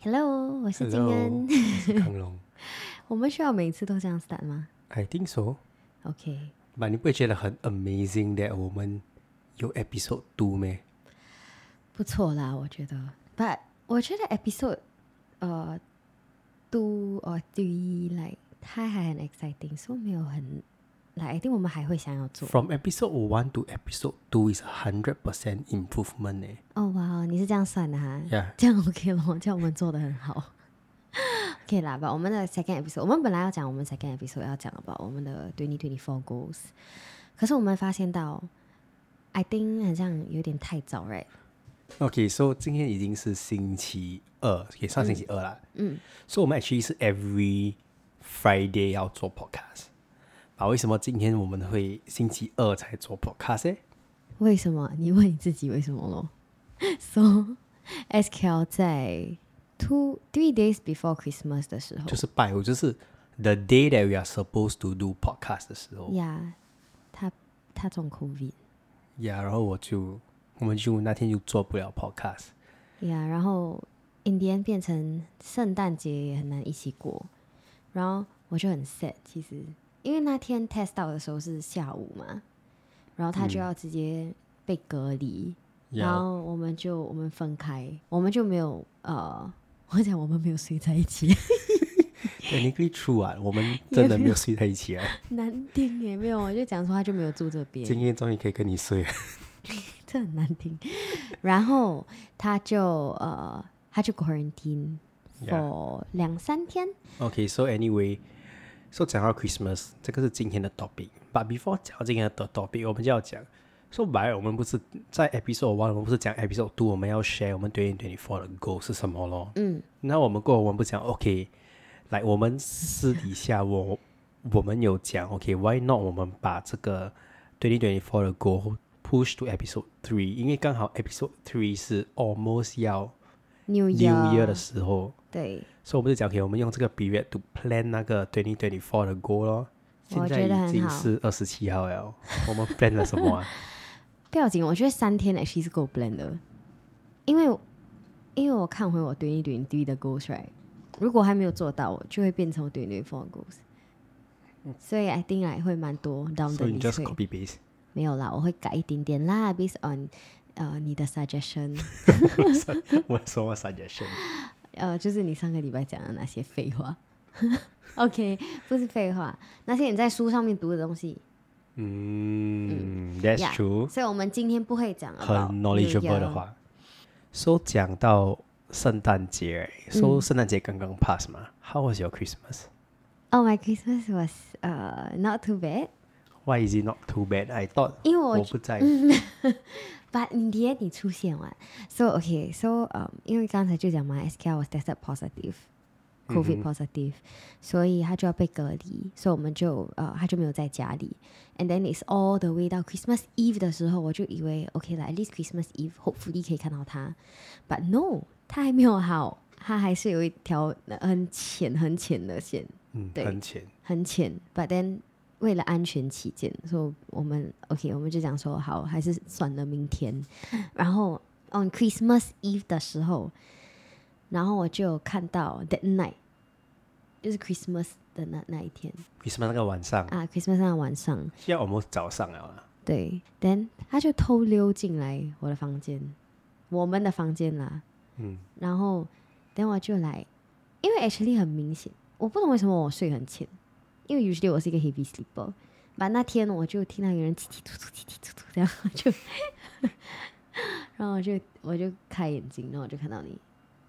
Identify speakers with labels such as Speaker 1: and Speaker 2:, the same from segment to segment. Speaker 1: 我是金
Speaker 2: Hello，
Speaker 1: 恩
Speaker 2: 我。 是康龙。
Speaker 1: 我们需要每次都这样 start 吗
Speaker 2: I think so。
Speaker 1: ？OK，
Speaker 2: 吧，你不会觉得很 amazing that 我们有 episode two 咩？
Speaker 1: 不错啦，我觉得。But 我觉得 episode 呃 two or three like 它还很 exciting，所以没有很来。一定我们还会想要做。
Speaker 2: From episode one to episode two is hundred percent improvement 呢。
Speaker 1: 哦哇，你是这样算的哈
Speaker 2: Yeah，
Speaker 1: 这样 OK 咯，这样我们做的很好。OK 啦，把我们的 second episode，我们本来要讲我们 second episode 要讲吧，我们的 twenty twenty four goals，可是我们发现到，I think 好像有点太早 right？
Speaker 2: OK，so 今天已经是星期二，也算星期二啦。嗯，所以我们 actually 是 every Friday 要做 podcast。啊，为什么今天我们会星期二才做 podcast 呢？
Speaker 1: 为什么？你问你自己为什么咯 ？So SQL 在 two three days before Christmas 的时候
Speaker 2: 就是拜五，就是 the day that we are supposed to do podcast 的时候。
Speaker 1: 呀，他他中 COVID。
Speaker 2: 呀，然后我就我们就那天就做不了 podcast。
Speaker 1: 呀然后 in the end 变成圣诞节也很难一起过，然后我就很 sad。其实因为那天 test 到的时候是下午嘛，然后他
Speaker 2: 嗯
Speaker 1: 就要直接被隔离，然
Speaker 2: 呀
Speaker 1: 后我们就我们分开，我们就没有呃，我讲我们没有睡在一起，
Speaker 2: Technically true 啊，我们真的没有睡在一起啊。
Speaker 1: 难听也没有，我就讲说他就没有住这边，
Speaker 2: 今天终于可以跟你睡了。
Speaker 1: 这很难听。然后他就呃，他就 quarantine
Speaker 2: Yeah.
Speaker 1: for 两三天。
Speaker 2: OK，so、anyway，说、讲到 Christmas，这个是今天的 topic。But before 讲到今天的 topic，我们就要讲说白了，我们不是在 episode one，我们不是讲 episode two，我们要 share 我们 twenty twenty four 的 goal 是什么咯？嗯，那我们过后我们不讲 OK，来我们私底下我我们有讲 OK，why、not 我们把这个 twenty twenty four 的 goal push to episode three，因为刚好 episode three 是 almost 要
Speaker 1: New
Speaker 2: New
Speaker 1: Year
Speaker 2: Year 的时候。
Speaker 1: 对，
Speaker 2: 所以我们就讲，OK，我们用这个 period to plan 那个 twenty twenty four 的 goal 咯。现
Speaker 1: 我
Speaker 2: 在
Speaker 1: 觉得很
Speaker 2: 已经
Speaker 1: 好
Speaker 2: 是二十七号了，我们 plan 了什 么啊？
Speaker 1: 不要紧，我觉得三天 actually 是够 blend 的，因为因为我看回我对一对一的 goals right，如果还没有做到，我就会变成我对对 for goals，所以 I think 来会蛮多 down
Speaker 2: 所
Speaker 1: 的
Speaker 2: 以你
Speaker 1: 理会，
Speaker 2: just copy paste。
Speaker 1: 没有啦，我会改一点点啦，based on 呃你的 suggestion，
Speaker 2: 我说我 suggestion。
Speaker 1: 呃就是你上个礼拜讲的那些废话 ，OK 不是废话，那些你在书上面读的东西
Speaker 2: 嗯，That's
Speaker 1: Yeah
Speaker 2: true，
Speaker 1: 所以我们今天不会讲 about
Speaker 2: 很
Speaker 1: New
Speaker 2: knowledgeable
Speaker 1: Year
Speaker 2: 的话。说讲到圣诞节，说圣诞节刚
Speaker 1: 嗯
Speaker 2: 刚 pass 嘛，How was your Christmas？
Speaker 1: Oh, my Christmas was uh not too bad.
Speaker 2: Why is it not too bad? I thought
Speaker 1: 因为我嗯
Speaker 2: 我不在
Speaker 1: But in the end, 你出现完。So okay, so um，因为刚才就讲嘛，SKR was tested positive, COVID positive，、所以他就要被隔离，所以我们就呃，他就没有在家里。And then it's all the way 到 Christmas Eve 的时候，我就以为 OK 啦，at least Christmas Eve hopefully 可以看到他。But no，他还没有好，他还是有一条呃很浅很浅的线。
Speaker 2: 嗯，
Speaker 1: 对
Speaker 2: 很浅。
Speaker 1: 很浅，but then 为了安全起见，所以我们 OK，我们就讲说好，还是算了明天。然后 on Christmas Eve 的时候，然后我就有看到 that night，就是 Christmas 的那那一天
Speaker 2: Christmas 那个晚上，
Speaker 1: 啊，Christmas 那晚上，
Speaker 2: 现在 almost 早上了啊啦。
Speaker 1: 对，then 他就偷溜进来我的房间，我们的房间啦，
Speaker 2: 嗯，
Speaker 1: 然后等我就来，因为 actually 很明显，我不懂为什么我睡很浅，因为 usually 我是一个 heavy sleeper，但那天我就听到有人叽叽突突叽叽突突，然后就， 然后我就我就开眼睛，然后我就看到你，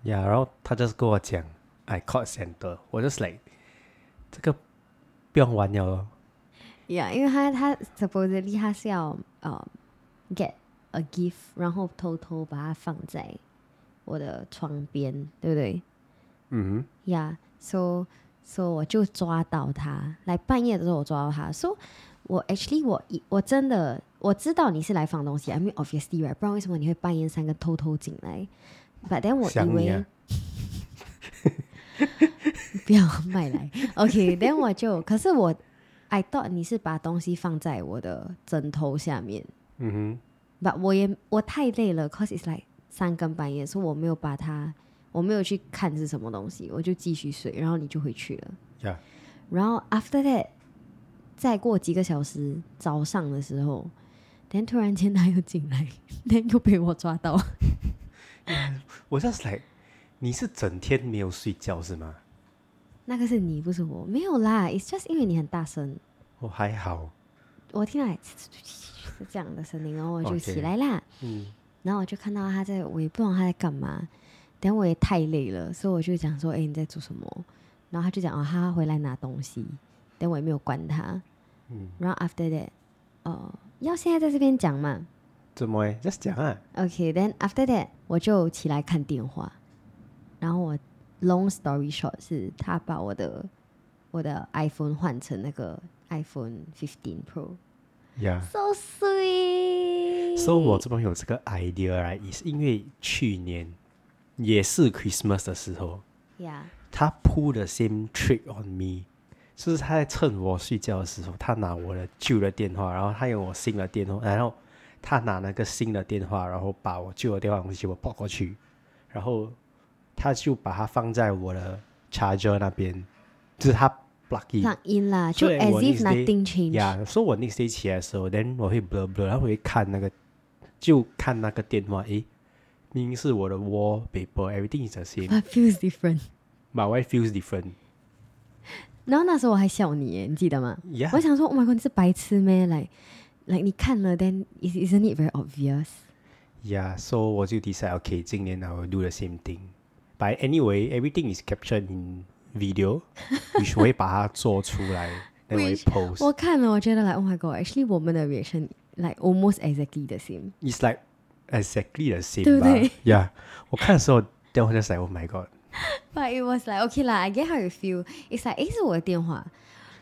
Speaker 2: 呀，然后他就是跟我讲，I called center，我就是 like 这个不用玩了咯，
Speaker 1: 呀、yeah,，因为他他 supposedly 他是要呃、get a gift，然后偷偷把它放在我的床边，对不对？
Speaker 2: 嗯
Speaker 1: 呀、yeah,，so so 我就抓到他，来半夜的时候我抓到他，so 我 actually 我一我真的我知道你是来放东西，I mean obviously right，不然为什么你会半夜三更偷偷进来？But then 我以
Speaker 2: 想你
Speaker 1: 为、
Speaker 2: 啊
Speaker 1: 不要卖来，OK，then、我就可是我 I thought 你是把东西放在我的枕头下面。
Speaker 2: 哼，嗯
Speaker 1: 不，我也我太累了，cause it's like 三更半夜，所以我没有把它，我没有去看是什么东西，我就继续睡，然后你就回去了。
Speaker 2: 呀，
Speaker 1: 然后 after that，再过几个小时早上的时候，但突然间他又进来， 但又被我抓到。
Speaker 2: 我 just like，你是整天没有睡觉是吗？
Speaker 1: 那个是你，不是我，没有啦。It's just 因为你很大声，
Speaker 2: 我哦还好，
Speaker 1: 我听到 是这样的声音，然后我就
Speaker 2: OK
Speaker 1: 起来啦。
Speaker 2: 嗯，
Speaker 1: 然后我就看到他在，我也不懂他在干嘛。但我也太累了，所以我就讲说：“哎、你在做什么？”然后他就讲：“哦，他回来拿东西。”但我也没有管他。
Speaker 2: 嗯，
Speaker 1: 然后 after that，哦、要现在在这边讲嘛
Speaker 2: 怎么诶？just 讲啊，
Speaker 1: ？OK，then、after that，我就起来看电话。然后我 long story short 是他把我的我的 iPhone 换成那个 iPhone 15 Pro，so
Speaker 2: 呀、
Speaker 1: sweet。
Speaker 2: 所以我这边有这个 idea 来，也是因为去年也是 Christmas 的时候，
Speaker 1: yeah，
Speaker 2: 他 pull the same trick on me，就是他在趁我睡觉的时候，他拿我的旧的电话，然后他用我新的电话，然后他拿那个新的电话，然后把我旧的电话东西我抱过去，然后他就把它放在我的 charger 那边，就是他 plug in。
Speaker 1: plug in 啦，就
Speaker 2: 所以
Speaker 1: as
Speaker 2: 我
Speaker 1: if
Speaker 2: next day-
Speaker 1: nothing changed。
Speaker 2: 呀，所以我 next day 起来的时候，then 我会 blur blur，然后我会看那个，就看那个电话，诶，明明是我的 wall paper，everything is the same，
Speaker 1: But feels different。
Speaker 2: my wife feels different。
Speaker 1: 然后那时候我还笑你耶，你记得吗
Speaker 2: Yeah，
Speaker 1: 我想说，Oh my god，你是白痴咩？来，来，你看了，then is isn't it very obvious？
Speaker 2: Yeah，so 我就 decide OK，今年 I will do the same thing。But anyway，everything is captured in video，which 我会把它做出来，then 我会
Speaker 1: Which-
Speaker 2: post。
Speaker 1: 我看了，我觉得 like Oh my god，actually 我们的 reaction like almost exactly the same。
Speaker 2: It's like exactly the same
Speaker 1: 对不
Speaker 2: 吧
Speaker 1: 对
Speaker 2: ？Yeah，我看的时候，then 我就 like Oh my God。
Speaker 1: But it was like OK 啦，I get how you feel。It's like 诶是我的电话，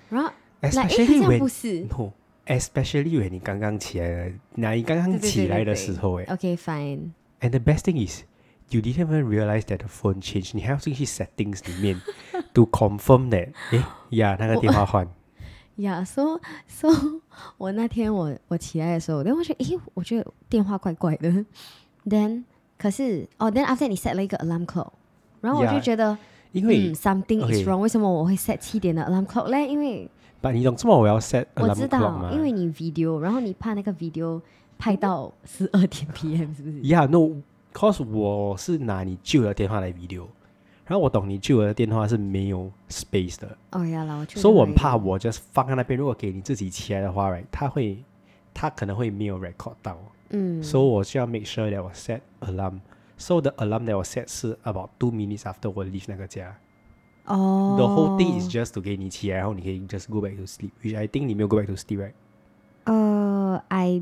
Speaker 1: 然后 like 诶好
Speaker 2: Especially
Speaker 1: 像
Speaker 2: when
Speaker 1: 不 是。
Speaker 2: No, especially when 你刚刚起来的，那你刚刚
Speaker 1: 对对对
Speaker 2: 起来的
Speaker 1: 对对
Speaker 2: 时候，哎
Speaker 1: OK fine。
Speaker 2: ，and the best thing is you didn't even realize that the phone changed，你还要进去 settings 里面 to confirm that，哎呀，那个电 话换，
Speaker 1: 呀、yeah,，so so，我那天我我起来的时候，然后我觉得，诶，我觉得电话怪怪的。Then 可是，哦、t h e n after 你 set 了一个 alarm clock，然后我就
Speaker 2: Yeah，
Speaker 1: 觉得
Speaker 2: 因为
Speaker 1: 嗯，something is
Speaker 2: OK
Speaker 1: wrong，为什么我会 set 七点的 alarm clock 嘞？因为
Speaker 2: 把你懂这么我要 set
Speaker 1: 我
Speaker 2: alarm
Speaker 1: 知
Speaker 2: clock
Speaker 1: 道，因为
Speaker 2: 吗
Speaker 1: 你 video，然后你怕那个 video 拍到十二点 PM 是不 是？
Speaker 2: ？Yeah, no, cause 我是拿你旧的电话来 video，然后我懂你旧的电话是没有 space 的，
Speaker 1: 哦呀啦，我觉得
Speaker 2: 所以我很
Speaker 1: 会
Speaker 2: 怕我 just 放在那边，如果给你自己起来的话，right，它会，它可能会没有 record 到。
Speaker 1: 嗯
Speaker 2: So 我就要 make sure that 我 set alarm。So the alarm that 我 set 是 about two minutes after 我 leave 那个家。
Speaker 1: 哦
Speaker 2: The whole thing is just to 给你起来，然后你可以 just go back to sleep。Which I think 你没有 go back to sleep right?
Speaker 1: 呃、i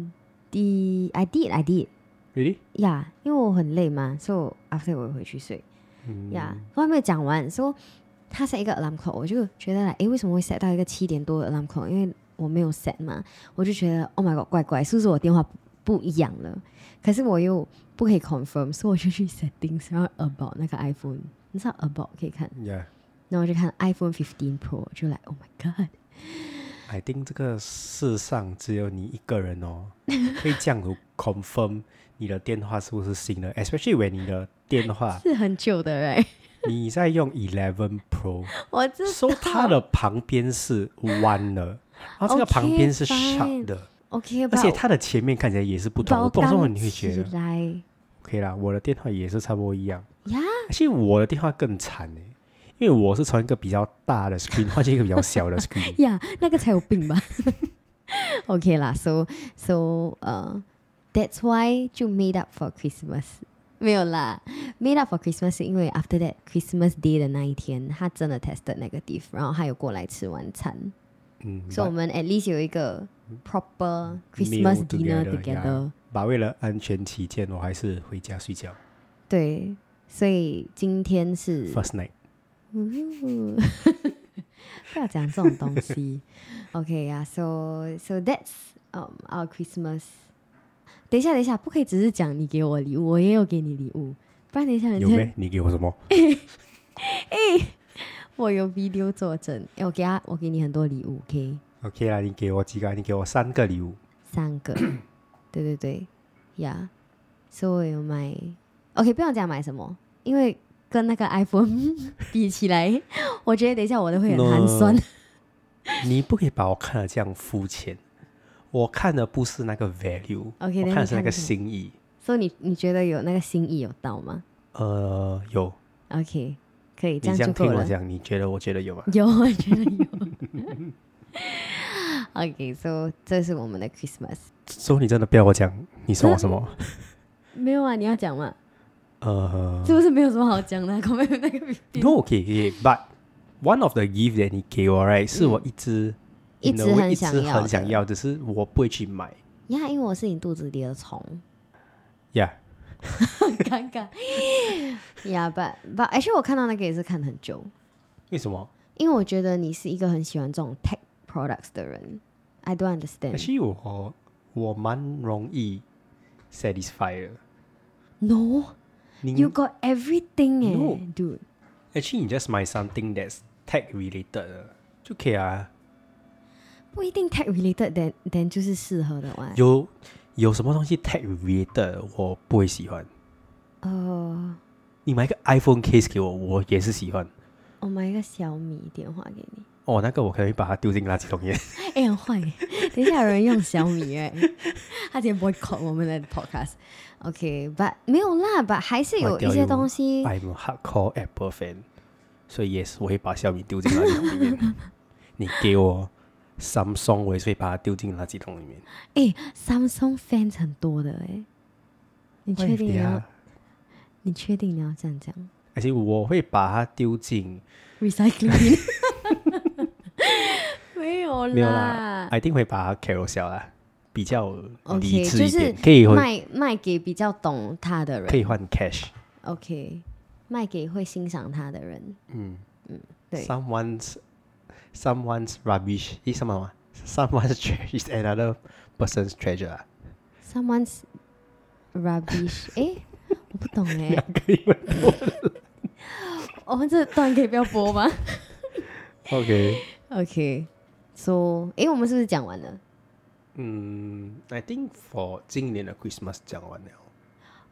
Speaker 1: did I did I did
Speaker 2: Really?
Speaker 1: 呀、因为我很累嘛，所以我 after 我回去睡。
Speaker 2: 嗯
Speaker 1: 呀，我还没有讲完，说他 set 一个 alarm clock，我就觉得，哎诶，为什么会 set 到一个七点多的 alarm clock？因为我没有 set 嘛，我就觉得，Oh my god，怪怪，是不是我电话不一样了？可是我又不可以 confirm，所以我就去 settings，然后 about 那个 iPhone，你知道 about 可以看，
Speaker 2: Yeah.
Speaker 1: 然后我就看 iPhone 15 Pro，就来，Oh my god，
Speaker 2: I think 这个世上只有你一个人哦，可以这样子 confirm 你的电话是不是新的，especially when 你的电话
Speaker 1: 是很久的 r
Speaker 2: 你在用11 Pro，
Speaker 1: 我这
Speaker 2: 所以它的旁边是弯的，然后这个
Speaker 1: OK，
Speaker 2: 旁边是
Speaker 1: fine
Speaker 2: sharp 的。
Speaker 1: OK 吧
Speaker 2: 而，且它的前面看起来也是不同，
Speaker 1: 包
Speaker 2: 我不懂为什么
Speaker 1: 刚
Speaker 2: 你会觉
Speaker 1: 起
Speaker 2: 得
Speaker 1: 来
Speaker 2: OK 啦。我的电话也是差不多一样，
Speaker 1: 呀，
Speaker 2: 而且我的电话更惨哎、因为我是从一个比较大的 screen 换成一个比较小的 screen。
Speaker 1: 呀那个才有病吧 ？OK 啦，so so 呃、that's why 就 made up for Christmas 没有啦，made up for Christmas 是因为 after that Christmas Day 的那一天，他真的 tested negative，然后他有过来吃晚餐，
Speaker 2: 嗯，
Speaker 1: 所以我们 at least 有一个 proper
Speaker 2: but
Speaker 1: Christmas
Speaker 2: meal
Speaker 1: dinner
Speaker 2: together，
Speaker 1: together
Speaker 2: yeah。把为了安全起见，我还是回家睡觉。
Speaker 1: 对，所以今天是
Speaker 2: First night，
Speaker 1: Ooh. 不要讲这种东西。OK 呀、yeah,，so so that's um our Christmas。等一下，等一下，不可以只是讲你给我礼物，我也有给你礼物，不然等一下人
Speaker 2: 有
Speaker 1: 家
Speaker 2: 没？ 你给我什么？
Speaker 1: 我有 video 作证。诶我给他，啊我给你很多礼物，OK？
Speaker 2: OK 啦，你给我几个？你给我三个礼物。
Speaker 1: 三个，对对对，呀、yeah.，所以我有买。OK，不用讲买什么，因为跟那个 iPhone 比起来，我觉得等一下我的会很寒酸。
Speaker 2: 你不可以把我看得这样肤浅，我看的不是那个 value，
Speaker 1: OK，
Speaker 2: 我
Speaker 1: 那
Speaker 2: 看的
Speaker 1: 你
Speaker 2: 是那
Speaker 1: 看
Speaker 2: 个
Speaker 1: 什么
Speaker 2: 心意。
Speaker 1: 所以你你觉得有那个心意有到吗
Speaker 2: 呃，有，
Speaker 1: ？OK，可以，这样
Speaker 2: 你这
Speaker 1: 就
Speaker 2: 样听
Speaker 1: 够
Speaker 2: 我
Speaker 1: 了。
Speaker 2: 讲，你觉得我觉得有吗？
Speaker 1: 有，我觉得有。OK，so、这是我们的 Christmas。
Speaker 2: 所以你真的不要我讲，你送我什么？
Speaker 1: 没有啊，你要讲嘛？嗯
Speaker 2: 呃
Speaker 1: 是不是没有什么好讲的、啊？ 没有那个比喻
Speaker 2: ，no，okay, okay, but one of the gift that 你给我，right，是我
Speaker 1: 嗯
Speaker 2: 一直
Speaker 1: 一
Speaker 2: in a
Speaker 1: 直
Speaker 2: way，
Speaker 1: 很
Speaker 2: 一
Speaker 1: 想
Speaker 2: 直
Speaker 1: 要
Speaker 2: 很想
Speaker 1: 的
Speaker 2: 要，只是我不会去买。
Speaker 1: 呀，因为我是你肚子里的虫，
Speaker 2: Yeah，
Speaker 1: 很 尴 尬。呀、yeah,，but but，而且我看到那个也是看很久，
Speaker 2: 为什么？
Speaker 1: 因为我觉得你是一个很喜欢这种 tech products 的人。I don't understand.
Speaker 2: actually 我我蛮容易 satisfy 的。
Speaker 1: No,
Speaker 2: 你
Speaker 1: you got everything, 哎、
Speaker 2: No.
Speaker 1: dude.
Speaker 2: actually 你 just 买 something that's tech related 的就可以啊。
Speaker 1: 不一定 tech related, then then 就是适合的玩。
Speaker 2: 有有什么东西 tech related 的我不会喜欢。
Speaker 1: 呃，
Speaker 2: 你买一个 iPhone case 给我，我也是喜欢。
Speaker 1: 我买一个小米电话给你。
Speaker 2: 哦，那个我可以把它丢进垃圾桶 里面。
Speaker 1: 哎、很坏耶！等一下有人用小米哎、他今天 boycott 我们的 podcast。OK，but、没有啦，but 还是有一些东西。
Speaker 2: I'm a hardcore Apple fan，所以 yes，我会把小米丢进垃圾桶里 面。你给我 Samsung，我也是会把它丢进垃圾桶里面。
Speaker 1: 哎、s a m s u n g fans 很多的哎、你确定你要？你确定你要这样讲
Speaker 2: 而且我会把它丢进，
Speaker 1: ？Recycling？没有啦，
Speaker 2: 没有啦，一定会把它 carousel 啦，比较
Speaker 1: 啊 OK，
Speaker 2: 理智
Speaker 1: 就
Speaker 2: 一
Speaker 1: 是
Speaker 2: 点，可以换
Speaker 1: 卖卖给比较懂他的
Speaker 2: 可
Speaker 1: 人。
Speaker 2: 以换 cash。
Speaker 1: OK，卖给会欣赏他的人。
Speaker 2: 嗯
Speaker 1: 对
Speaker 2: ，someone's someone's rubbish is someone 吗啊 someone's trash is another person's treasure 啊。
Speaker 1: Someone's rubbish？哎、我不懂 哎、
Speaker 2: 可以吗
Speaker 1: 我们这段可以不要播 吗
Speaker 2: ？OK，
Speaker 1: ？OK，so，、诶，我们是不是讲完了？
Speaker 2: 嗯，I think for 今年的 Christmas 讲完了。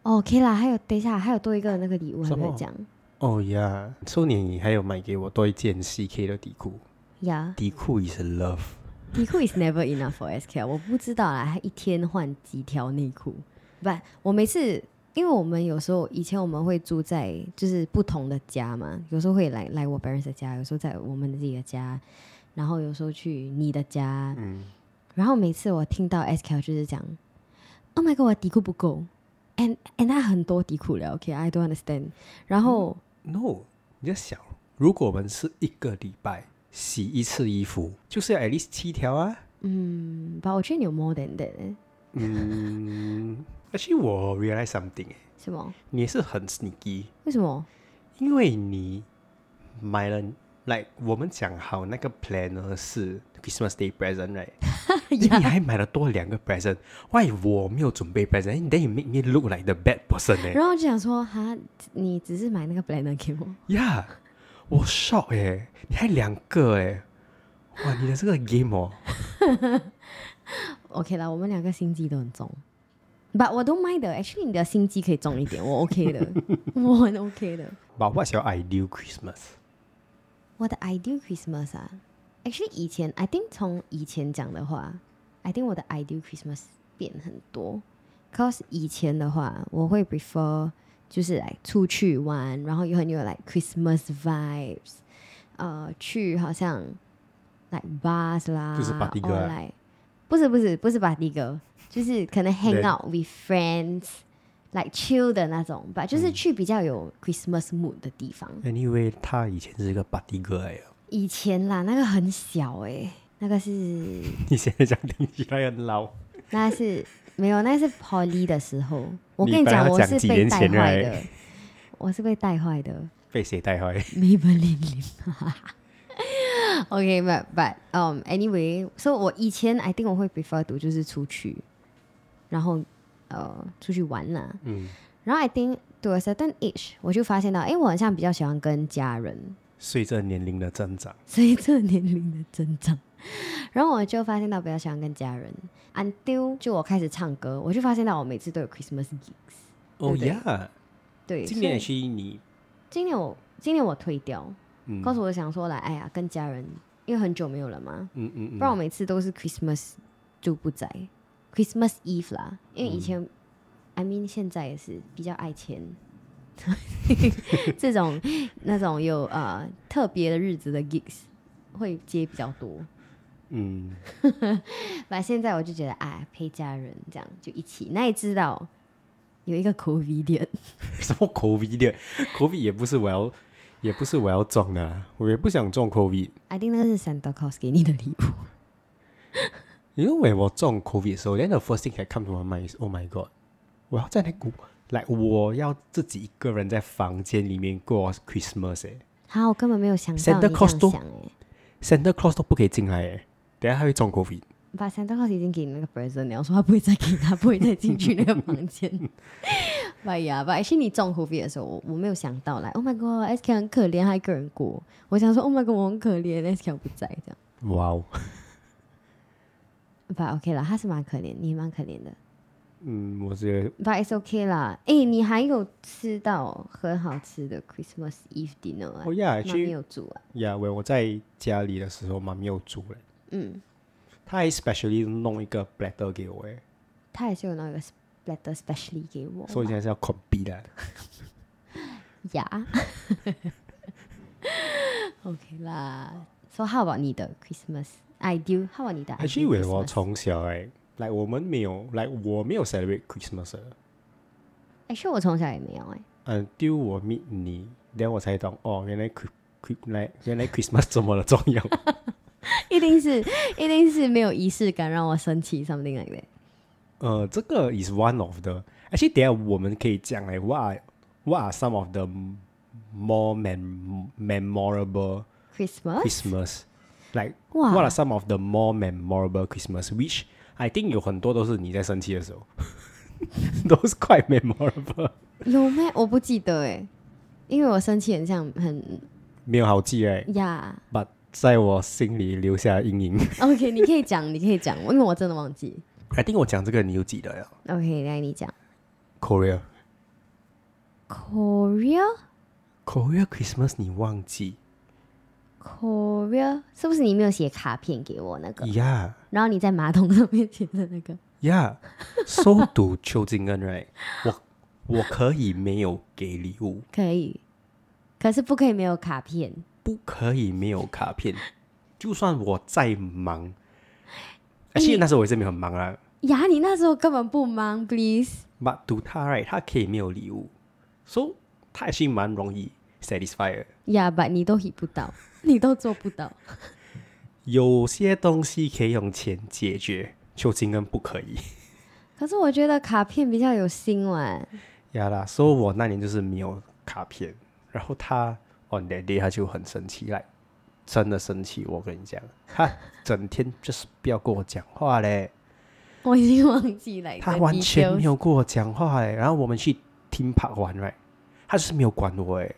Speaker 1: 哦 OK 啦，还有等一下还有多一个那个礼物还
Speaker 2: 什
Speaker 1: 没有
Speaker 2: 么
Speaker 1: 讲
Speaker 2: 哦呀，去年你还有买给我多一件 CK 的底裤，
Speaker 1: 呀。
Speaker 2: 底裤 is love。
Speaker 1: 底裤 is never enough for SK，我不知道啦，他一天换几条内裤？不，我每次因为我们有时候以前我们会住在就是不同的家嘛，有时候会来来我 parents 的家，有时候在我们自己的家，然后有时候去你的家，
Speaker 2: 嗯，
Speaker 1: 然后每次我听到 SK 就是讲，Oh my god，我底裤不够，and and 他很多底裤了，OK，I、don't understand。然后、
Speaker 2: No，你在想，如果我们是一个礼拜洗一次衣服，就是要 at least 七条啊。
Speaker 1: 嗯，吧，我觉得你有 more than that，欸
Speaker 2: 嗯 ，actually 我 realize something，欸
Speaker 1: 什么？
Speaker 2: 你也是很 sneaky，
Speaker 1: 为什么？
Speaker 2: 因为你买了，like 我们讲好那个 plan 呢是 Christmas Day present right，你还买了多两个 present，why 我没有准备 present，and then you make me look like the bad person 欸 呢、
Speaker 1: 然后我就想说，哈，你只是买那个 planner 给我，
Speaker 2: Yeah，我 shock 哎、你还两个哎、哇，你的这个 game 哦，
Speaker 1: OK 啦，我们两个心机都很重。But 我 don't mind 的，actually 你的心机可以重一点，我 OK 的， 我很 OK 的。
Speaker 2: 把 What's your ideal Christmas？
Speaker 1: 我的 ideal Christmas 啊，actually 以前 I think 从以前讲的话，I think 我的 ideal Christmas 变很多。Cause 以前的话，我会 prefer 就是来出去玩，然后又很有 like Christmas vibes，呃，去好像 like bars 啦，
Speaker 2: 就是 party
Speaker 1: or
Speaker 2: girl 啊
Speaker 1: like- 不是不是不是 party girl，就是可 能 hang
Speaker 2: Then-
Speaker 1: out with friends，like chill 的那种吧，
Speaker 2: 嗯
Speaker 1: 就是去比较有 Christmas mood 的地方。
Speaker 2: Anyway，他以前是一个 party girl 哎、
Speaker 1: 以前啦，那个很小哎、那个是
Speaker 2: 你现在讲听起来很老。
Speaker 1: 那是没有，那是 Poly 的时候。我
Speaker 2: 你
Speaker 1: 跟你
Speaker 2: 本来
Speaker 1: 讲，
Speaker 2: 要
Speaker 1: 我
Speaker 2: 讲
Speaker 1: 是
Speaker 2: 几
Speaker 1: 被
Speaker 2: 年
Speaker 1: 带
Speaker 2: 前
Speaker 1: 坏
Speaker 2: right？
Speaker 1: 的，我是被带坏的。
Speaker 2: 被谁带坏？
Speaker 1: 没本领 领。OK，but but um anyway，so 我以前 I think 我会 prefer 读就是出去，然后呃出去玩啦、
Speaker 2: 嗯，
Speaker 1: 然后 I think to a certain age，我就发现到，哎，我好像比较喜欢跟家人
Speaker 2: 随着年龄的增长，
Speaker 1: 随着年龄的增长， 然后我就发现到比较喜欢跟家人。until 就我开始唱歌，我就发现到我每次都有 Christmas gig。
Speaker 2: 哦
Speaker 1: 对
Speaker 2: 呀，
Speaker 1: 对，
Speaker 2: Oh 今年
Speaker 1: 所
Speaker 2: H 你
Speaker 1: 今年我今年我退掉，
Speaker 2: 嗯
Speaker 1: 告诉我想说来，哎呀，跟家人，因为很久没有了嘛，
Speaker 2: 嗯嗯
Speaker 1: 不然
Speaker 2: 嗯，
Speaker 1: 我每次都是 Christmas 就不在，Christmas Eve 啦，因为
Speaker 2: 嗯
Speaker 1: 以前、i mean 现在也是比较爱 钱，这种那种有呃特别的日子的 gigs 会接比较多，
Speaker 2: 嗯，
Speaker 1: 反正现在我就觉得哎，陪家人这样就一起，那也知道有一个 COVID 点，
Speaker 2: 什么 COVID 的，COVID 也不是我要，也不是我要中的啦，我也不想中 COVID。
Speaker 1: I think 那是 Santa Claus 给你的礼物。
Speaker 2: You know when 我中 COVID 的时候，then the first thing that come to my mind is, oh my god，我要在那股来，我要自己一个人在房间里面过 Christmas 哎、
Speaker 1: 好，我根本没有想到
Speaker 2: Santa
Speaker 1: 你这
Speaker 2: Claus 都
Speaker 1: 样想哎、
Speaker 2: Santa Claus 都不可以进来哎、等一下他会中 COVID。
Speaker 1: 把 Santa Claus 已经给你那个 present，你要说他不会再给他，不会再进去那个房间。 哎呀，吧，是你中 COVID 的时候，我我没有想到来，Oh my God，SK 很可怜，他一个人过。我想说，Oh my God，我很可怜，SK 不在这样。
Speaker 2: 哇哦，
Speaker 1: 吧，OK 啦，他是蛮可怜，你蛮可怜的。
Speaker 2: 嗯，我觉得
Speaker 1: 吧，It's OK 啦。哎、你还有吃到很好吃的 Christmas Eve dinner 啊
Speaker 2: 哦？呀，
Speaker 1: 妈咪
Speaker 2: 去
Speaker 1: 有煮啊？
Speaker 2: 呀，我我在家里的时候，妈咪有煮嘞，
Speaker 1: 嗯，
Speaker 2: 她还 specially 弄一个 platter 给我哎、
Speaker 1: 他也是有那个 splatter specially 给我。
Speaker 2: 所以现在是要 c o m p 的。
Speaker 1: 呀 ，OK 啦。So how about 你的 Christmas ideal? How about 你的 ideal
Speaker 2: Actually，我我
Speaker 1: Christmas？
Speaker 2: 从小哎、来我们没有来我没有 celebrate Christmas 的
Speaker 1: Actually，我从小也没有哎、
Speaker 2: ，until 我 meet 你，然后我才懂哦，原来 Chri- Chri- 来原来 Christmas 这么的重 要。
Speaker 1: 一定是一定是没有仪式感让我生气，something like that。
Speaker 2: 呃，这个 is one of the。Actually，等一下我们可以讲来、what are what are some of the more mem memorable
Speaker 1: Christmas？
Speaker 2: Christmas like
Speaker 1: 哇
Speaker 2: what are some of the more memorable Christmas which I think 有很多都是你在生气的时候， 都是 quite memorable，
Speaker 1: 有咩？我不记得哎、因为我生气很像很
Speaker 2: 没有好记哎、
Speaker 1: 呀。
Speaker 2: 把在我心里留下阴影。
Speaker 1: OK，你可以讲，你可以讲，因为我真的忘记。
Speaker 2: I think 我讲这个你就记得了
Speaker 1: OK，来你讲。
Speaker 2: ，Korea
Speaker 1: Korea
Speaker 2: Korea Christmas 你忘记
Speaker 1: Korea，是不是你没有写卡片给我那个？
Speaker 2: ？Yeah
Speaker 1: 然后你在马桶上面写的那个？
Speaker 2: Yeah，收读邱敬恩 right，我我可以没有给礼物，
Speaker 1: 可以，可是不可以没有卡片。
Speaker 2: 不可以没有卡片，就算我再忙。而
Speaker 1: 哎
Speaker 2: 且
Speaker 1: 你
Speaker 2: 那时候我也是没有很忙啊，
Speaker 1: 呀，你那时候根本不忙，please。
Speaker 2: but 读他 right，他可以没有礼物，so 他也是蛮容易 satisfy 的。
Speaker 1: 呀吧，你都 hit 不到， 你都做不到。
Speaker 2: 有些东西可以用钱解决，邱金恩不可以。
Speaker 1: 可是我觉得卡片比较有心玩。
Speaker 2: 呀啦，所以我那年就是没有卡片，然后他 on that day 他就很生气，来，真的生气，我跟你讲，他整天就是不要跟我讲话嘞，
Speaker 1: 我已经忘记了，
Speaker 2: 他完全没
Speaker 1: 有。
Speaker 2: 有跟我讲话嘞，然后我们去听 park 玩嘞，他就是没有管我哎，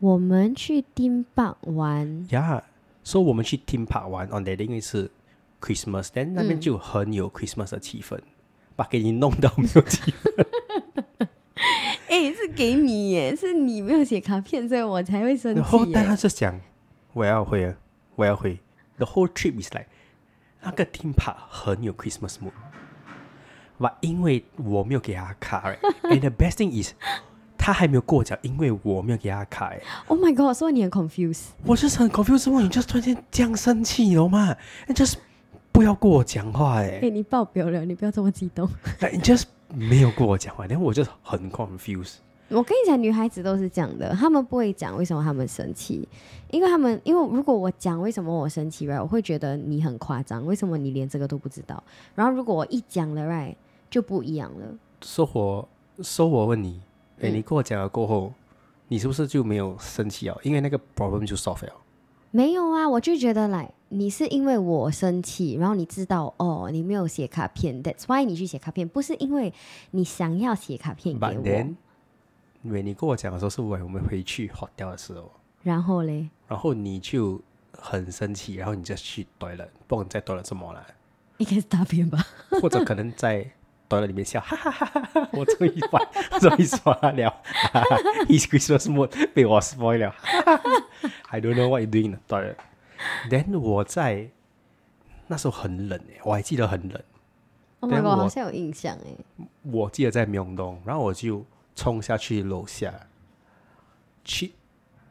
Speaker 1: 我们去丁棒玩，
Speaker 2: 呀，所以我们去听 park 玩 on that day 因为是 Christmas，但那边
Speaker 1: 嗯
Speaker 2: 就很有 Christmas 的气氛，把给你弄到没有气氛
Speaker 1: 哎、是给你耶，是你没有写卡片，所以我才会生
Speaker 2: 然后
Speaker 1: 气
Speaker 2: 但他
Speaker 1: 耶。
Speaker 2: 就讲我要回了，我要回。The whole trip is like 那个 theme park 很有 Christmas mood，哇！因为我没有给他卡、right? ，and the best thing is 他还没有过奖，因为我没有给他卡、欸，
Speaker 1: Oh my god，所以你很 confused。
Speaker 2: 我就是很 confused，为什么你就突然间这样生气，你懂吗？And just 不要跟我讲话、欸，
Speaker 1: 哎、你爆表了，你不要这么激动。
Speaker 2: 哎、你 just 没有跟我讲话，然后我就很 confused。
Speaker 1: 我跟你讲，女孩子都是这样的，她们不会讲为什么她们生气，因为她们因为如果我讲为什么我生气，right，我会觉得你很夸张，为什么你连这个都不知道？然后如果我一讲了，right，就不一样了。
Speaker 2: 说我说我问你，哎、
Speaker 1: 嗯
Speaker 2: 你跟我讲了过后，你是不是就没有生气啊？因为那个 problem 就 solve 了。
Speaker 1: 没有啊，我就觉得来，你是因为我生气，然后你知道哦，你没有写卡片，That's why 你去写卡片，不是因为你想要写卡片给
Speaker 2: But
Speaker 1: 我。
Speaker 2: then，when 你跟我讲的时候是我们回去 hotel 的时候，
Speaker 1: 然后嘞，
Speaker 2: 然后你就很生气，然后你就去 toilet，不管你在 toilet 怎么了，
Speaker 1: 应该是大便吧？
Speaker 2: 或者可能在 toilet toilet 里面笑，哈哈哈哈哈哈！我终于把终于刷了，哈哈 his Christmas mood 被我 spoil 了，哈哈哈 I don't know what you doing in the toilet。Then 我在那时候很冷欸诶、我还记得很冷，
Speaker 1: Oh
Speaker 2: 但
Speaker 1: my god，
Speaker 2: 我
Speaker 1: 好像有印象哎。
Speaker 2: 我记得在明洞，然后我就冲下去楼下去，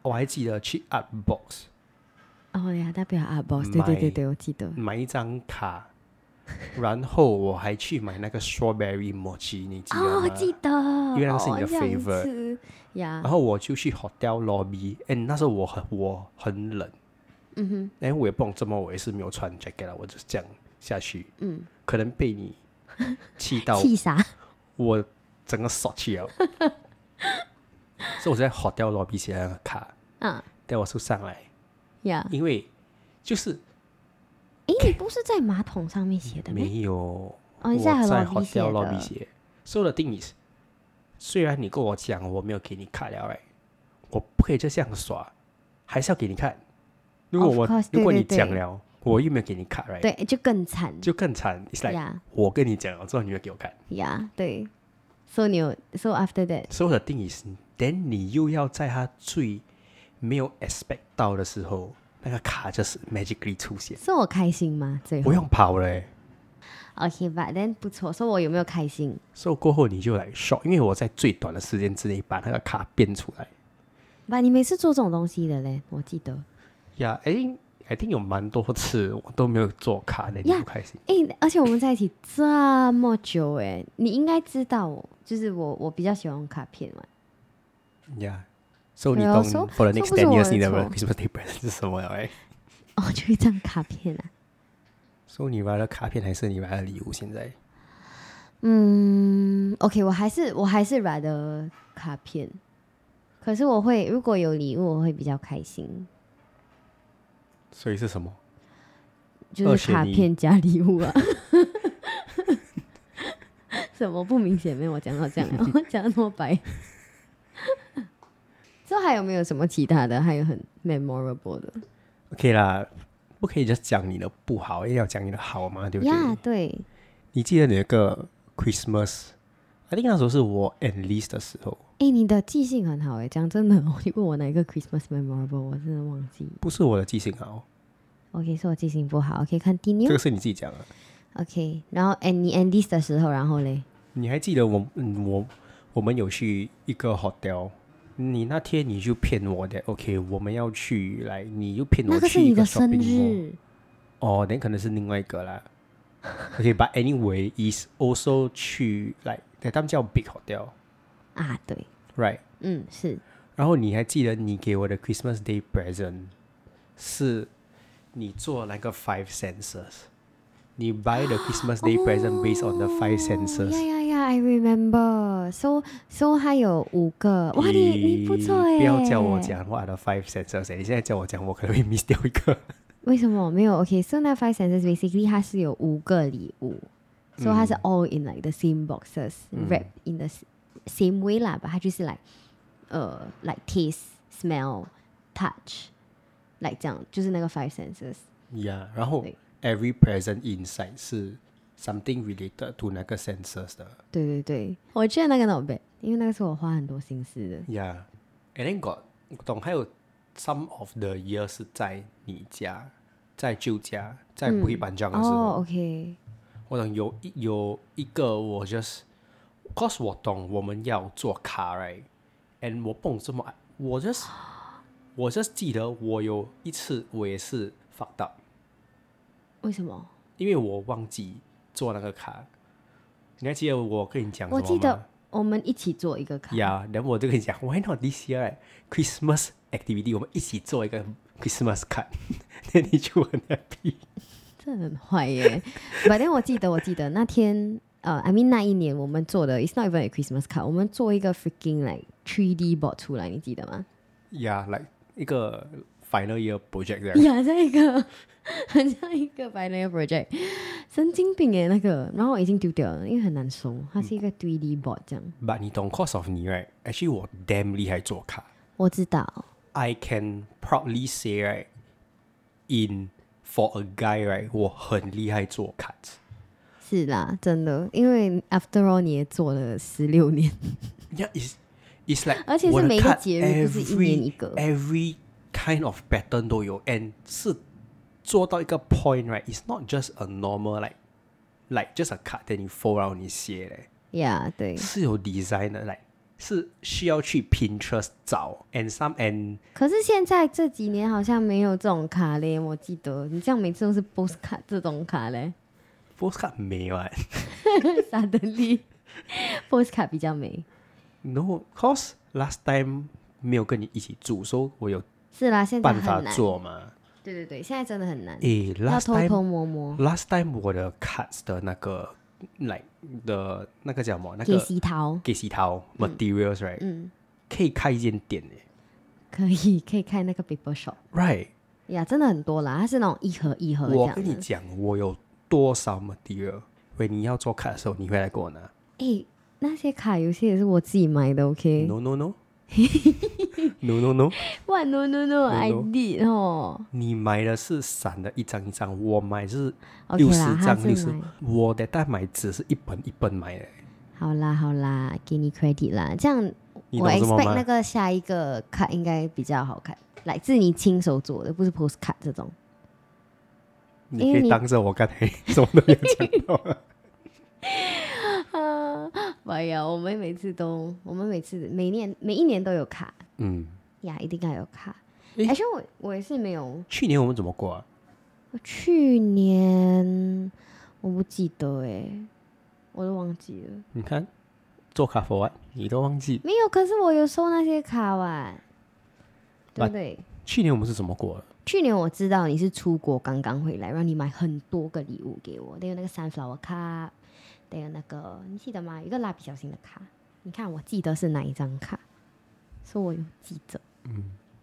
Speaker 2: 我还记得去 Art Box
Speaker 1: 哦呀，代表阿 boss，对对对对，我记得。
Speaker 2: 买一张卡，然后我还去买那个 strawberry mochi，你记得吗？
Speaker 1: 哦，我记得，
Speaker 2: 因为那个是
Speaker 1: 哦
Speaker 2: 你的
Speaker 1: 这样
Speaker 2: favorite 啊
Speaker 1: 子呀
Speaker 2: 然。后我就去 hotel lobby，哎，那时候我很我很冷，嗯哼，哎，我也不懂怎么，我也是没有穿 jacket 啦，我就是这样下去，嗯，可能被你 气到，
Speaker 1: 气啥？
Speaker 2: 我整个傻气 了，所以我在 hotel lobby 写了那个卡，
Speaker 1: 啊
Speaker 2: 但我是上来，
Speaker 1: 呀，
Speaker 2: 因为就是
Speaker 1: 诶，你不是在马桶上面写的吗？
Speaker 2: 没有，
Speaker 1: 哦
Speaker 2: 我
Speaker 1: 你在 lobby
Speaker 2: 在 hotel
Speaker 1: 写
Speaker 2: lobby
Speaker 1: 的
Speaker 2: 写，so the thing is，虽然你跟我讲我没有给你看了，哎，我不可以就这样耍，还是要给你看。如果
Speaker 1: Of
Speaker 2: 我
Speaker 1: course，
Speaker 2: 如果
Speaker 1: 对
Speaker 2: 你
Speaker 1: 对
Speaker 2: 讲
Speaker 1: 对
Speaker 2: 了，我又没有给你看，right？
Speaker 1: 对，就更惨。
Speaker 2: 就更惨。It's like、
Speaker 1: 呀
Speaker 2: 我跟你讲了之后，你会给我看。
Speaker 1: 呀，对。So 你有，So after that，
Speaker 2: 所有的定义是，then 你又要在他最没有 expect 到的时候，那个卡就是 magically 出现。
Speaker 1: 是我开心吗？最后
Speaker 2: 不用跑了、欸，
Speaker 1: ，OK，but then 不错。说我有没有开心？
Speaker 2: 所、以过后你就来 shock，因为我在最短的时间之内把那个卡变出来。
Speaker 1: 吧，你每次做这种东西的嘞，我记得。
Speaker 2: 呀、yeah,，I think I think 有蛮多次我都没有做卡的，你
Speaker 1: Yeah
Speaker 2: 不开心。
Speaker 1: 诶，而且我们在一起这么久，诶，你应该知道我，就是我，我比较喜欢用卡片嘛。
Speaker 2: 呀、yeah.，所、so、以你
Speaker 1: 对啊
Speaker 2: 懂、
Speaker 1: so-
Speaker 2: for the
Speaker 1: so
Speaker 2: next
Speaker 1: 不是
Speaker 2: ten
Speaker 1: 我
Speaker 2: years
Speaker 1: 的
Speaker 2: 你的
Speaker 1: 错
Speaker 2: Christmas day present 是什么了、欸？哎，
Speaker 1: 哦，就一张卡片啊。
Speaker 2: 所以你买了卡片还是你买了礼物？现在
Speaker 1: 嗯，OK，我还是我还是 rather 卡片，可是我会如果有礼物，我会比较开心，
Speaker 2: 所以是什么？
Speaker 1: 就
Speaker 2: 二
Speaker 1: 是
Speaker 2: 选
Speaker 1: 卡
Speaker 2: 一
Speaker 1: 片加礼物啊。 什么不明显？没有，我讲到这样 了，我讲到那么白。之后还有没有什么其他的？还有很 memorable 的
Speaker 2: OK 啦，不可以就讲你的不好，也要讲你的好嘛，对不对
Speaker 1: 呀对，
Speaker 2: 你记得你那个 Christmas，I think 那时候是我 enlist 的时候，
Speaker 1: 哎、你的记性很好哎、讲真的， 你问我哪一个 Christmas memorable，我真的忘记。
Speaker 2: 不是我的记性好，
Speaker 1: OK，是我记性不好。OK，看
Speaker 2: 这
Speaker 1: continue
Speaker 2: 个。是你自己讲啊的。
Speaker 1: OK，然后 and 你 end this 的时候，然后嘞，
Speaker 2: 你还记得我嗯我我们有去一个 hotel，你那天你就骗我的，OK，我们要去来，你又骗
Speaker 1: 那
Speaker 2: 我
Speaker 1: 个是
Speaker 2: 去
Speaker 1: 你
Speaker 2: 一个
Speaker 1: 的生
Speaker 2: shopping mall，
Speaker 1: 日
Speaker 2: 哦，那可能是另外一个啦。OK，but、anyway is also 去 like 他们叫 big hotel，right？
Speaker 1: 啊，对，嗯，是
Speaker 2: 然后你还记得你给我的 Christmas Day present 是你做那个 five senses，你 buy the Christmas Day present based on the five
Speaker 1: 哦呀
Speaker 2: senses。
Speaker 1: 呀呀，I remember。So so，还有五个，哇，你你不错哎、
Speaker 2: 不要叫我，讲我的 five senses，欸你现在叫我讲，我可能会 miss 掉一个。
Speaker 1: 为什么没有？OK，so、那 five senses basically 它是有五个礼物，所、so、以它
Speaker 2: 嗯
Speaker 1: 是 all in like the same boxes、wrapped in the s- same way 啦，吧，它就是 like 呃 like taste、smell、touch。like 这样，就是那个 five senses。
Speaker 2: 呀、yeah,，然后
Speaker 1: 对
Speaker 2: every present inside 是 something related to 那个 senses 的。
Speaker 1: 对对对，我记得那个 not bad，因为那个是我花很多心思的。
Speaker 2: Yeah，and then got 懂还有 some of the year 是在你家，在旧家，在
Speaker 1: 嗯
Speaker 2: 不会搬家的时候。
Speaker 1: 哦、o k
Speaker 2: 我懂有一有一个我 just，cause 我懂我们要做卡 right，and 我不懂这么爱，我 just 我 just 记得我有一次我也是 fucked up，
Speaker 1: 为什么？
Speaker 2: 因为我忘记做那个卡。你还记得我跟你讲什么
Speaker 1: 我
Speaker 2: 吗？
Speaker 1: 记得我们一起做一个卡。
Speaker 2: 呀，然后我就跟你讲，Why not this year right? Christmas activity？我们一起做一个 Christmas card，那 你就很 happy。
Speaker 1: 这很坏耶。 反正我记得，我记得那天，呃，I mean 那一年我们做的，It's not even a Christmas card，我们做一个 freaking like 3D board 出来，你记得吗？
Speaker 2: Yeah，like 一个 final year project 这样。
Speaker 1: 呀，像一个 很像一个 final project，神经病耶那个。然后我已经丢掉了，因为很难收，它是一
Speaker 2: 嗯
Speaker 1: 个 3D board 这样。
Speaker 2: But 你懂 cause of 你 right？Actually 我 damn 厉害做卡
Speaker 1: 我知道，
Speaker 2: ，I can proudly say right in for a guy right，我很厉害做卡。
Speaker 1: 是啦，真的，因为 after all 你也做了十六年，
Speaker 2: Yeah, it's it's like
Speaker 1: 而且是
Speaker 2: 我的
Speaker 1: 每一个
Speaker 2: card
Speaker 1: 节日不是一
Speaker 2: every-
Speaker 1: 年一个
Speaker 2: every kind of pattern 都有，and 是做到一个 point right. It's not just a normal like like just a card that you fold 然后你写嘞，
Speaker 1: 呀、yeah,，对。
Speaker 2: 是有 design 的，like 是需要去 Pinterest 找，and some and
Speaker 1: 可是现在这几年好像没有这种卡嘞，我记得你这样每次都是 boss 卡这种卡嘞
Speaker 2: postcard 没有啊。
Speaker 1: s u d d e n l y boss 卡比较美。
Speaker 2: No, cause last time 没有跟你一起住，所以我有
Speaker 1: 是啦，现在
Speaker 2: 办
Speaker 1: 很
Speaker 2: 法
Speaker 1: 难。
Speaker 2: 做嘛。
Speaker 1: 对对对，现在真的很难，
Speaker 2: 诶
Speaker 1: 要
Speaker 2: ，last
Speaker 1: 偷
Speaker 2: time
Speaker 1: 偷摸摸
Speaker 2: Last time 我的 cards 的那个 like 的那个叫什么？那
Speaker 1: 给
Speaker 2: 个
Speaker 1: 洗桃。
Speaker 2: 给洗淘 materials right，、
Speaker 1: 嗯，
Speaker 2: 可以开一间店
Speaker 1: 可以 可以开那个 paper shop
Speaker 2: 诶
Speaker 1: 呀，真的很多啦，它是那种一盒一盒
Speaker 2: Right，
Speaker 1: 哦这
Speaker 2: 我
Speaker 1: 样
Speaker 2: 跟你
Speaker 1: 的。
Speaker 2: 讲，我有多少 material？喂，你要做 card 的时候，你会来给我拿
Speaker 1: 哎，那些卡有些也是我自己买的，OK？
Speaker 2: ？No no no 。No no no，
Speaker 1: 哇，no no no，I
Speaker 2: No, no.
Speaker 1: did 哦
Speaker 2: 你买的是散的，一张一张。我买是
Speaker 1: ，OK
Speaker 2: 六十
Speaker 1: 啦，他
Speaker 2: 张，六
Speaker 1: 是
Speaker 2: 十
Speaker 1: 买。。
Speaker 2: 我的代买只是一本一本买的，
Speaker 1: 好啦好啦，给你 credit 啦，这样
Speaker 2: 你
Speaker 1: 我
Speaker 2: 懂什么
Speaker 1: expect 那
Speaker 2: 吗？
Speaker 1: 个下一个卡应该比较好看，来自你亲手做的，不是 postcard 这 种。因
Speaker 2: 你
Speaker 1: 为
Speaker 2: 可以
Speaker 1: 你
Speaker 2: 当着我刚才什么都没有讲到。
Speaker 1: 啊，哎呀，我们每次都，我们每次每年每一年都有卡
Speaker 2: 嗯。
Speaker 1: 呀，一定要有卡。
Speaker 2: 诶
Speaker 1: 而且我我也是没有，
Speaker 2: 去年我们怎么过啊？
Speaker 1: 我去年我不记得哎、我都忘记了。
Speaker 2: 你看，做卡佛啊，你都忘记。
Speaker 1: 没有，可是我有收那些卡哇，对
Speaker 2: But-
Speaker 1: 不对？
Speaker 2: 去年我们是怎么过啊的？
Speaker 1: 去年我知道你是出国刚刚回来，让你买很多个礼物给我，得有那个 sunflower 卡，得有那个你记得吗？有一个蜡笔小新的卡，你看我记得是哪一张卡，说我有记着。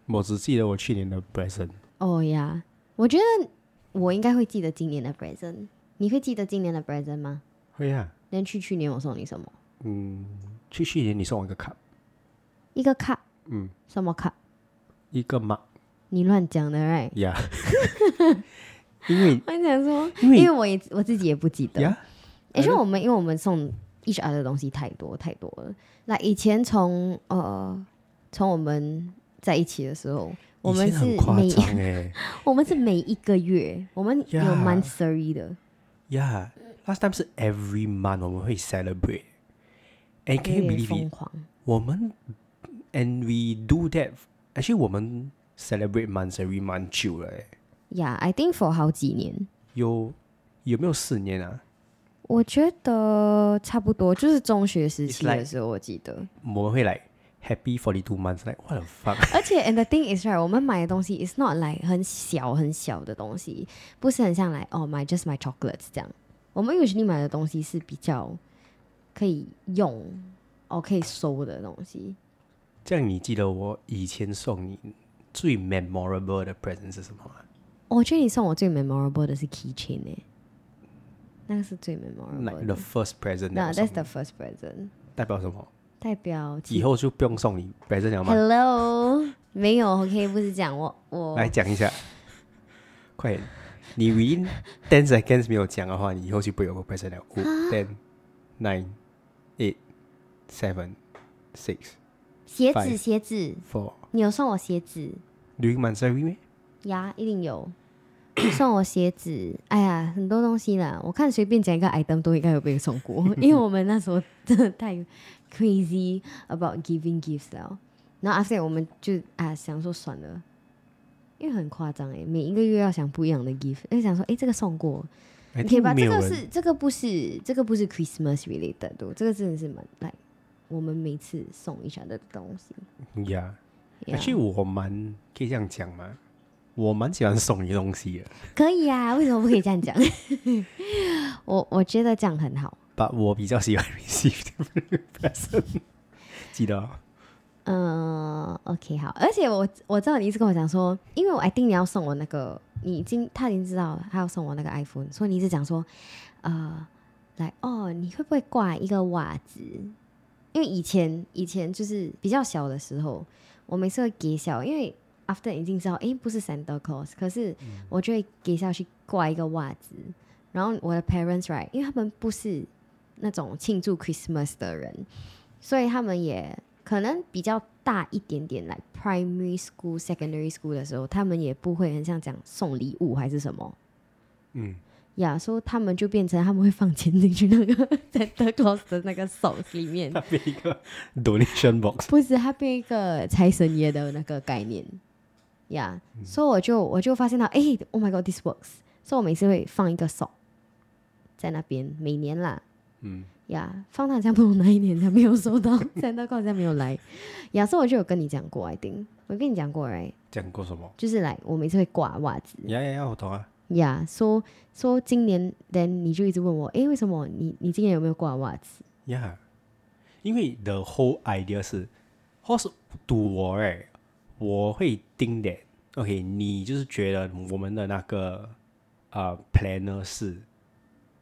Speaker 2: 我只记得我去年的 present。
Speaker 1: 哦呀，我觉得我应该会记得今年的 present，你会记得今年的 present 吗？
Speaker 2: 会啊，
Speaker 1: 能去去年我送你什么？
Speaker 2: 嗯去去年你送我一个卡，
Speaker 1: 一个卡，
Speaker 2: 嗯，
Speaker 1: 什么卡？
Speaker 2: 一个 mark
Speaker 1: 你乱讲的 right？
Speaker 2: 呀、 因为
Speaker 1: 我想 说，
Speaker 2: 因
Speaker 1: 因为
Speaker 2: 为
Speaker 1: 我也我自己也不记得。
Speaker 2: 呀
Speaker 1: 而且
Speaker 2: I don't-
Speaker 1: 哎我们因为我们送 each other 的东西太多太多了。那以前从呃从我们在一起的时候，我们
Speaker 2: 以前
Speaker 1: 是
Speaker 2: 很夸
Speaker 1: 每
Speaker 2: 张哎
Speaker 1: 我们是每一个月，我们有
Speaker 2: Yeah
Speaker 1: month three 的。
Speaker 2: 呀、yeah,，last time 是 every month 我们会 celebrate。And
Speaker 1: 有
Speaker 2: can you
Speaker 1: 点
Speaker 2: believe
Speaker 1: 疯
Speaker 2: it？
Speaker 1: 狂，
Speaker 2: 我们 and we do that。actually 我们 celebrate months every month 久了欸，
Speaker 1: 呀、yeah,，I think for 好几年，
Speaker 2: 有有没有四年啊？
Speaker 1: 我觉得差不多，就是中学时
Speaker 2: It's
Speaker 1: 期的
Speaker 2: like-
Speaker 1: 时候，我记得。
Speaker 2: 我们会来 Happy Forty Two Months，like what the fuck？
Speaker 1: 而且，and the thing is right，我们买的东西 is not like 很小很小的东西，不是很像来哦买 just my chocolates 这样。我们 usually 买的东西是比较可以用哦可以收的东西。
Speaker 2: 这样你记得我以前送你最 memorable 的 present 是什么吗？
Speaker 1: 哦我觉得你送我最 memorable 的是 keychain 哎、那个是最 memorable
Speaker 2: like
Speaker 1: 的
Speaker 2: the。first present that
Speaker 1: No,
Speaker 2: 我送
Speaker 1: that's
Speaker 2: 你
Speaker 1: the first present，
Speaker 2: 代表什么？
Speaker 1: 代表
Speaker 2: 以后就不用送你 present 了吗？
Speaker 1: Hello，没有 OK，不是讲我我
Speaker 2: 来讲一下，快点！你 within ten seconds 没有讲的话，你以后就不会有个 present 了。五、ten、nine、eight、seven、six、
Speaker 1: 鞋子
Speaker 2: five
Speaker 1: 鞋子，
Speaker 2: four。
Speaker 1: 你有送我鞋子？
Speaker 2: Doing my survey 咩？
Speaker 1: 呀，一定有。 送我鞋子，哎呀，很多东西啦。我看随便讲一个 item 都应该有被送 过，因为我们那时候真的太 crazy about giving gifts 了。然后 after that 我们就啊想说算了，因为很夸张哎，每一个月要想不一样的 gift，就想说哎、这个送过
Speaker 2: I
Speaker 1: 可以
Speaker 2: think
Speaker 1: 吧？
Speaker 2: 没
Speaker 1: 这
Speaker 2: 有
Speaker 1: 个
Speaker 2: 人
Speaker 1: 是这个不是这个不是 Christmas related 的，这个真的是蛮 like 我们每次送一下的东西。Yeah
Speaker 2: 呀。而且我蛮可以这样讲吗？我蛮喜欢送你东西的，
Speaker 1: 可以啊，为什么不可以这样讲？ 我我觉得这样很好。
Speaker 2: 但我比较喜欢 receive the present。记 得、哦，
Speaker 1: 嗯，OK，好。而且我我知道你一直跟我讲说，因为我 I think 你要送我那个，你已经他已经知道他要送我那个 iPhone，所以你一直讲说，呃，来哦，你会不会挂一个袜子？因为以前以前就是比较小的时候，我每次会给小，因为 after 已经知道，诶，不是 Santa Claus，可是我就会给小去挂一个袜子，然后我的 parents right，因为他们不是那种庆祝 Christmas 的人，所以他们也可能比较大一点点来、primary school、secondary school 的时候，他们也不会很像讲送礼物还是什么。
Speaker 2: 嗯，
Speaker 1: 呀，所以他们就变成他们会放钱进去那个 Santa Claus 的那个 sauce 里面
Speaker 2: 它，变一个 donation box，
Speaker 1: 不是它变一个财神爷的那个概念呀。所以我就我就发现到，哎、o h my God，this works。所以我每次会放一个手在那边，每年啦
Speaker 2: 嗯，
Speaker 1: 呀，放到好像不懂哪一年才没有收到，Santa Claus 好像没有来。呀，所以我就有跟你讲过，I think 我跟你讲过，right？
Speaker 2: 讲过什么？
Speaker 1: 就是来我每次会挂袜子。
Speaker 2: 呀呀呀，我懂啊，
Speaker 1: 呀，说说今年，then 你就一直问我，诶，为什么你你今年有没有挂袜子？
Speaker 2: 呀、因为 the whole idea 是，horse 赌我哎，我会盯的。OK，你就是觉得我们的那个呃 planner 是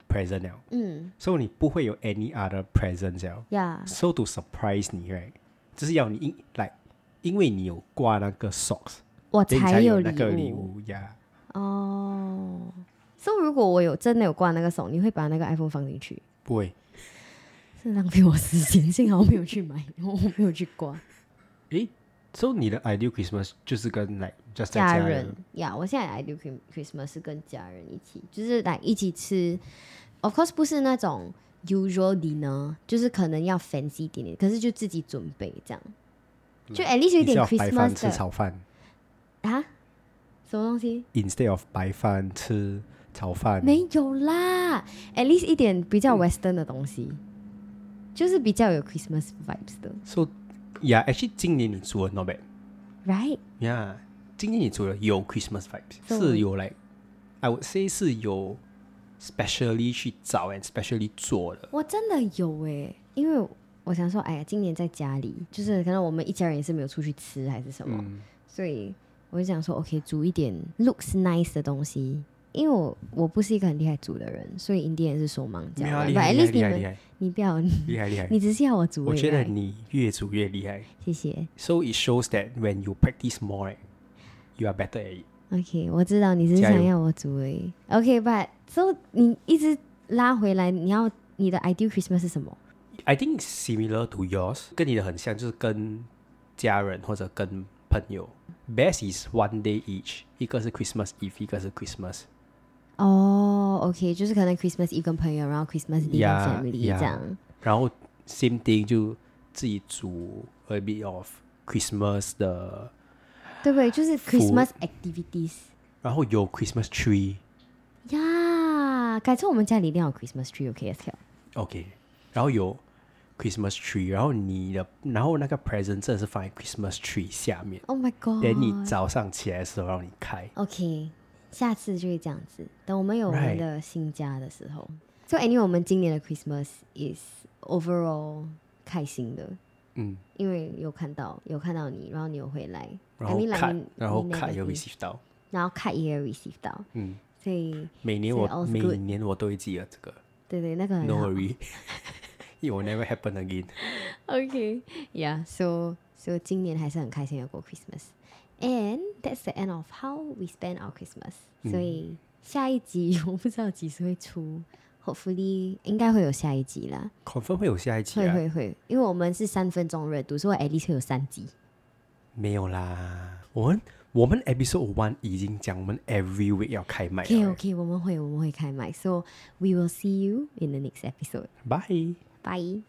Speaker 2: present 了，
Speaker 1: 嗯，
Speaker 2: 所、以你不会有 any other present 了。
Speaker 1: 呀
Speaker 2: So to surprise 你，right？就是要你因来，因为你有挂那个 socks，
Speaker 1: 我
Speaker 2: 所以你
Speaker 1: 才
Speaker 2: 有
Speaker 1: 有
Speaker 2: 那个
Speaker 1: 礼物
Speaker 2: 物呀。
Speaker 1: 哦。所、以如果我有真的有挂那个手，你会把那个 iPhone 放进去？
Speaker 2: 不会，
Speaker 1: 是浪费我时间，幸好我没有去买，我没有去 挂。
Speaker 2: 诶，所、so、以你的 ideal Christmas 就是跟 like just 在
Speaker 1: 家
Speaker 2: 的
Speaker 1: 人呀我现在 I do Chri- Christmas 是跟家人一起，就是来一起吃。Of course 不是那种 usual dinner，就是可能要 fancy 一点点，可是就自己准备这样，就 at least 有一点
Speaker 2: 嗯你是要白饭
Speaker 1: Christmas
Speaker 2: 吃
Speaker 1: 的
Speaker 2: 炒饭
Speaker 1: 啊？什么东西？
Speaker 2: ，instead of 白饭吃炒饭，
Speaker 1: 没有啦，at least 一点比
Speaker 2: 嗯
Speaker 1: 较 western 的东西，就是比较有 Christmas vibes 的
Speaker 2: So yeah, actually 今年你煮的 not bad.
Speaker 1: ，right？
Speaker 2: Yeah，今年你煮的有 Christmas vibes，、
Speaker 1: So-
Speaker 2: 是有 like I would say 是有 specially 去找 and specially 做的。
Speaker 1: 我真的有诶、因为我想说，哎呀，今年在家里，就是可能我们一家人也是没有出去吃还是什么，
Speaker 2: 嗯
Speaker 1: 所以我就想说，OK，煮一点 looks nice 的东西。因为我我不是一个很厉害煮的人，所以 i n d 是手忙脚
Speaker 2: 没有啊
Speaker 1: 乱。
Speaker 2: 厉
Speaker 1: But
Speaker 2: 害
Speaker 1: at
Speaker 2: 厉害
Speaker 1: least 你
Speaker 2: 厉害厉
Speaker 1: 们，
Speaker 2: 害
Speaker 1: 你不要，
Speaker 2: 厉害厉害！
Speaker 1: 你只是要我煮
Speaker 2: 我
Speaker 1: 而
Speaker 2: 觉得
Speaker 1: 已。
Speaker 2: 你越煮越厉害。
Speaker 1: 谢谢。
Speaker 2: So it shows that when you practice more, right, you are better at it.
Speaker 1: OK，我知道你只是
Speaker 2: 加油
Speaker 1: 想要我煮而已。OK，but、so 你一直拉回来，你要你的 ideal Christmas 是什么？
Speaker 2: I think similar to yours，跟你的很像，就是跟家人或者跟朋友。Best is one day each，一个是 Christmas Eve，一个是 Christmas。
Speaker 1: 哦、o k 就是可能 Christmas Eve 跟朋友，然后 Christmas Day 跟
Speaker 2: Yeah，
Speaker 1: family
Speaker 2: yeah
Speaker 1: 这样。
Speaker 2: 然后 same thing 就自己煮 a bit of Christmas 的，
Speaker 1: 对不对？就是 Christmas activities
Speaker 2: 然后有 Christmas tree，OK，、
Speaker 1: 呀。改次我们家里一定要有 Christmas tree，OK，、OK，
Speaker 2: OK，然后有 Christmas tree，然后你的，然后那个 present 真的是放在 Christmas tree 下面，
Speaker 1: Oh my
Speaker 2: 等、你
Speaker 1: God。
Speaker 2: 早上起来的时候让你开。
Speaker 1: OK，下次就会这样子。等我们有我们
Speaker 2: Right
Speaker 1: 的新家的时候。So anyway，我们今年的 Christmas is overall 开心的。
Speaker 2: 嗯，
Speaker 1: 因为有看到有看到你，然后你有回来，
Speaker 2: 然后
Speaker 1: I mean, like,
Speaker 2: 看，
Speaker 1: 你
Speaker 2: 然后
Speaker 1: 你那
Speaker 2: 看
Speaker 1: 个
Speaker 2: 有
Speaker 1: 地
Speaker 2: receive 到，
Speaker 1: 然后看也有 receive 到，
Speaker 2: 嗯，
Speaker 1: 所以
Speaker 2: 每年
Speaker 1: 所以
Speaker 2: 我
Speaker 1: all's
Speaker 2: 每
Speaker 1: good
Speaker 2: 年我都会记得这个
Speaker 1: 对对，那啊个很
Speaker 2: ，No
Speaker 1: 好。
Speaker 2: worry，it will never happen again。
Speaker 1: OK，yeah，so so 今年还是很开心要过 Christmas，and that's the end of how we spend our Christmas、所以下一集我不知道几时会出，hopefully 应该会有下一集啦，
Speaker 2: confirm 会有下一期
Speaker 1: 会
Speaker 2: 啊？
Speaker 1: 会会，因为我们是三分钟热度，所以 at least 会有三集。
Speaker 2: 没有啦，我们我们 episode one 已经讲我们 every week 要开麦
Speaker 1: OK
Speaker 2: 了
Speaker 1: OK，我们会我们会开麦，so we will see you in the next episode，
Speaker 2: ，bye。
Speaker 1: bye。